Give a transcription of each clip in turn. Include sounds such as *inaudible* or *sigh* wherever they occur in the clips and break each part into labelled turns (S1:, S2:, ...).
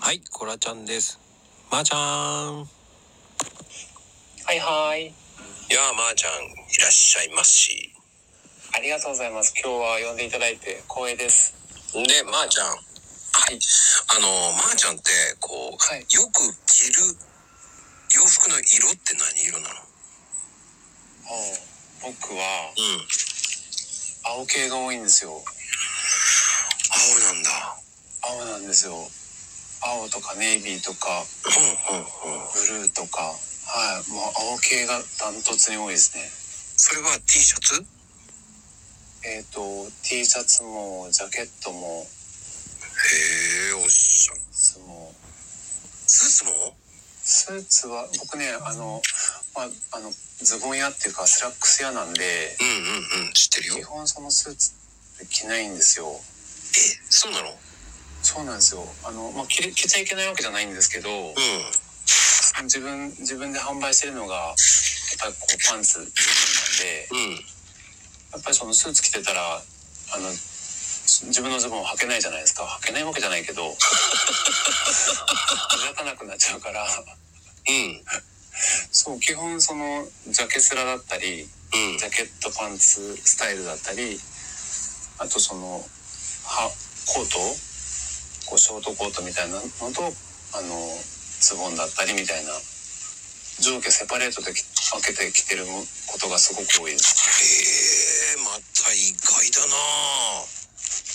S1: はい、コラちゃんです。まー、ちゃん。
S2: はいはい。
S1: やあ、まー、ちゃん、いらっしゃいますし。
S2: ありがとうございます。今日は呼んでいただいて光栄です。
S1: で、まー、ちゃん。はい。あの、まー、ちゃんって、こう、
S2: はい
S1: よく着る洋服の色って何色なの
S2: 僕は
S1: うん。
S2: 青系が多いんですよ。
S1: 青なんだ。
S2: 青なんですよ。青とかネイビーとか
S1: うんうんうん。
S2: ブルーとか、はい、もう青系がダントツに多いですね。
S1: それは T シャツ
S2: えっ、と T シャツもジャケット
S1: へ
S2: も
S1: え、おっしゃ。
S2: スーツも
S1: スーツも
S2: スーツは僕ねあのまああのズボン屋っていうかスラックス屋なんで
S1: うんうんうん、知ってる
S2: 基
S1: よ。
S2: 本そのスーツ着ないんですよ。
S1: え、そうなのうん。
S2: そうなんですよ。あのまあ着れ着ちゃいけないわけじゃないんですけど。自分自分で販売してるのがやっぱりこうパンツ自分なん
S1: う
S2: で
S1: ん。
S2: やっぱりそのスーツ着てたらあの自分のズボンを履けないじゃないですか履けないわけじゃないけど目立たなくなっちゃうから
S1: うん。
S2: そう基本そのジャケスラだったり
S1: うん。
S2: ジャケットパンツスタイルだったりあとそのはコートこうショートコートみたいなのとあのズボンだったりみたいな上下セパレートでき分けて着てることがすごく多いです。
S1: へえ、また意外だなあ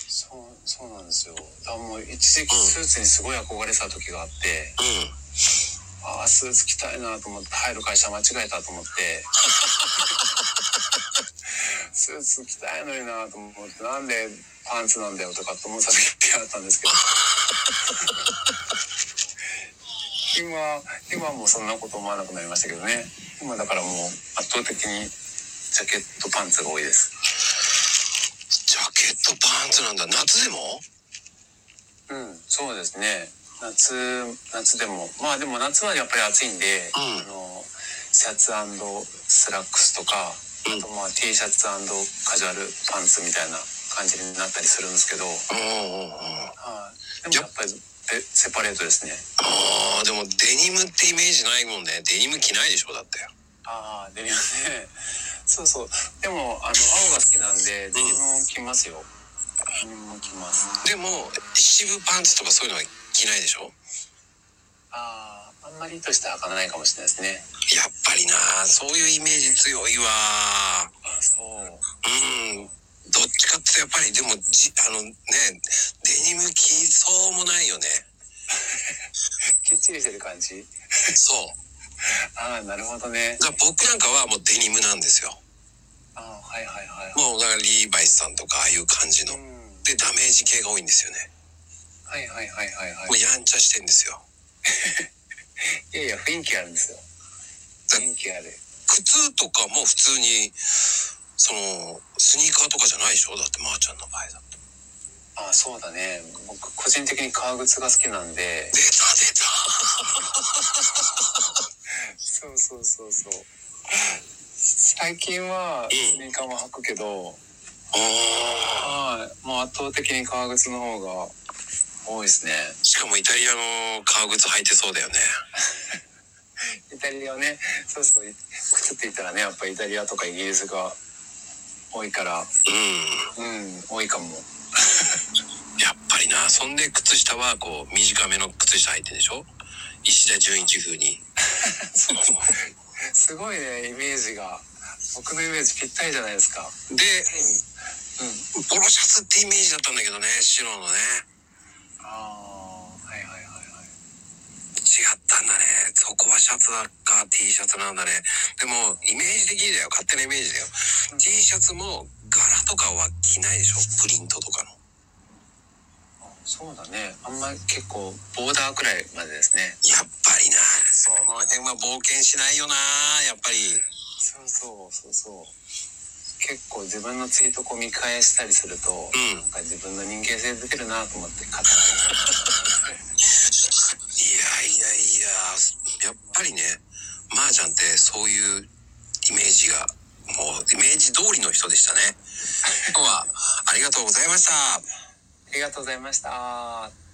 S2: そうそうなんですよだからもう一時期スーツにすごい憧れてた時があって、
S1: うん。
S2: ああスーツ着たいなと思って入る会社間違えたと思ってスーツ着たいのになと思ってなんでパンツなんだよとかって思ってた時があったんですけど今今はもうそんなこと思わなくなりましたけどね今だからもう圧倒的にジャケットパンツが多いです
S1: ジャケットパンツなんだ夏でも
S2: うんそうですね夏夏でもまあでも夏はやっぱり暑いんで、
S1: うん
S2: あのシャツスラックスとか
S1: うん
S2: あとまあ T シャツカジュアルパンツみたいな感じになったりするんですけ
S1: う
S2: ど、
S1: んうんうんあ
S2: はい、でもやっぱりえセパレートですね
S1: あでもデニムってイメージないもんねデニム着ないでしょだって
S2: ああデニムね *laughs* そうそうでもあの青が好きなんでデニムも着ますよデニムも着ます
S1: でも七分パンツとかそういうのは着ないでしょ
S2: あああんまり意図して履かないかもしれないですね
S1: やっぱりなそういうイメージ強いわ
S2: あそう
S1: うんどっちかってやっぱりでもじあのねデニム着そうもないよね
S2: きっちりしてる感じ
S1: そう
S2: ああなるほどね
S1: だから僕なんかはもうデニムなんですよ
S2: ああはいはいはいは
S1: もうだからリーバイスさんとかああいう感じの
S2: い、うん、
S1: でダメージ系が多いんですよね
S2: はいはいはいはいは
S1: もうやんちゃしてんですよ
S2: いいやいや雰囲気あるんですよ雰囲気ある
S1: 靴とかも普通にそのスニーカーとかじゃないでしょだってまーちゃんの場合だと
S2: あそうだね僕個人的に革靴が好きなんで
S1: 出た出た
S2: そうそうそうそう最近はスニーカーも履くけど、
S1: あ
S2: はいもう圧倒的に革靴の方が多いですね
S1: ーしかもイタリアの革靴履いてそうだよね
S2: イタリアねそうそうい靴って言ったらねやっぱイタリアとかイギリスが多いか
S1: うん
S2: らうん多いかも
S1: やっぱりなそんで靴下はこう短めの靴下履いてるでしょ石田純一 *laughs* 風に
S2: すごいねイメージが僕のイメージぴったりじゃないですか
S1: で
S2: うん
S1: ポロシャツってイメージだったんだけどね白のね
S2: ああはいはいはいは
S1: 違
S2: い
S1: ったんだねそこはシャツだか T シャツなんだねでもイメージ的にだよ勝手なイメージだよ T シャツも柄とかは着ないでしょプリントとかの
S2: そうだね。あんまり結構ボーダーくらいまでですね。
S1: やっぱりなその辺は冒険しないよなやっぱり
S2: そうそうそうそう。結構自分のツイートこう見返したりすると、
S1: ん
S2: なんか自分の人間性出てるなと思って買っ
S1: い
S2: た。
S1: やいやいややっぱりねまーちゃんってそういうイメージがもうイメージ通りの人でしたね今日はありがとうございました
S2: ありがとうございました。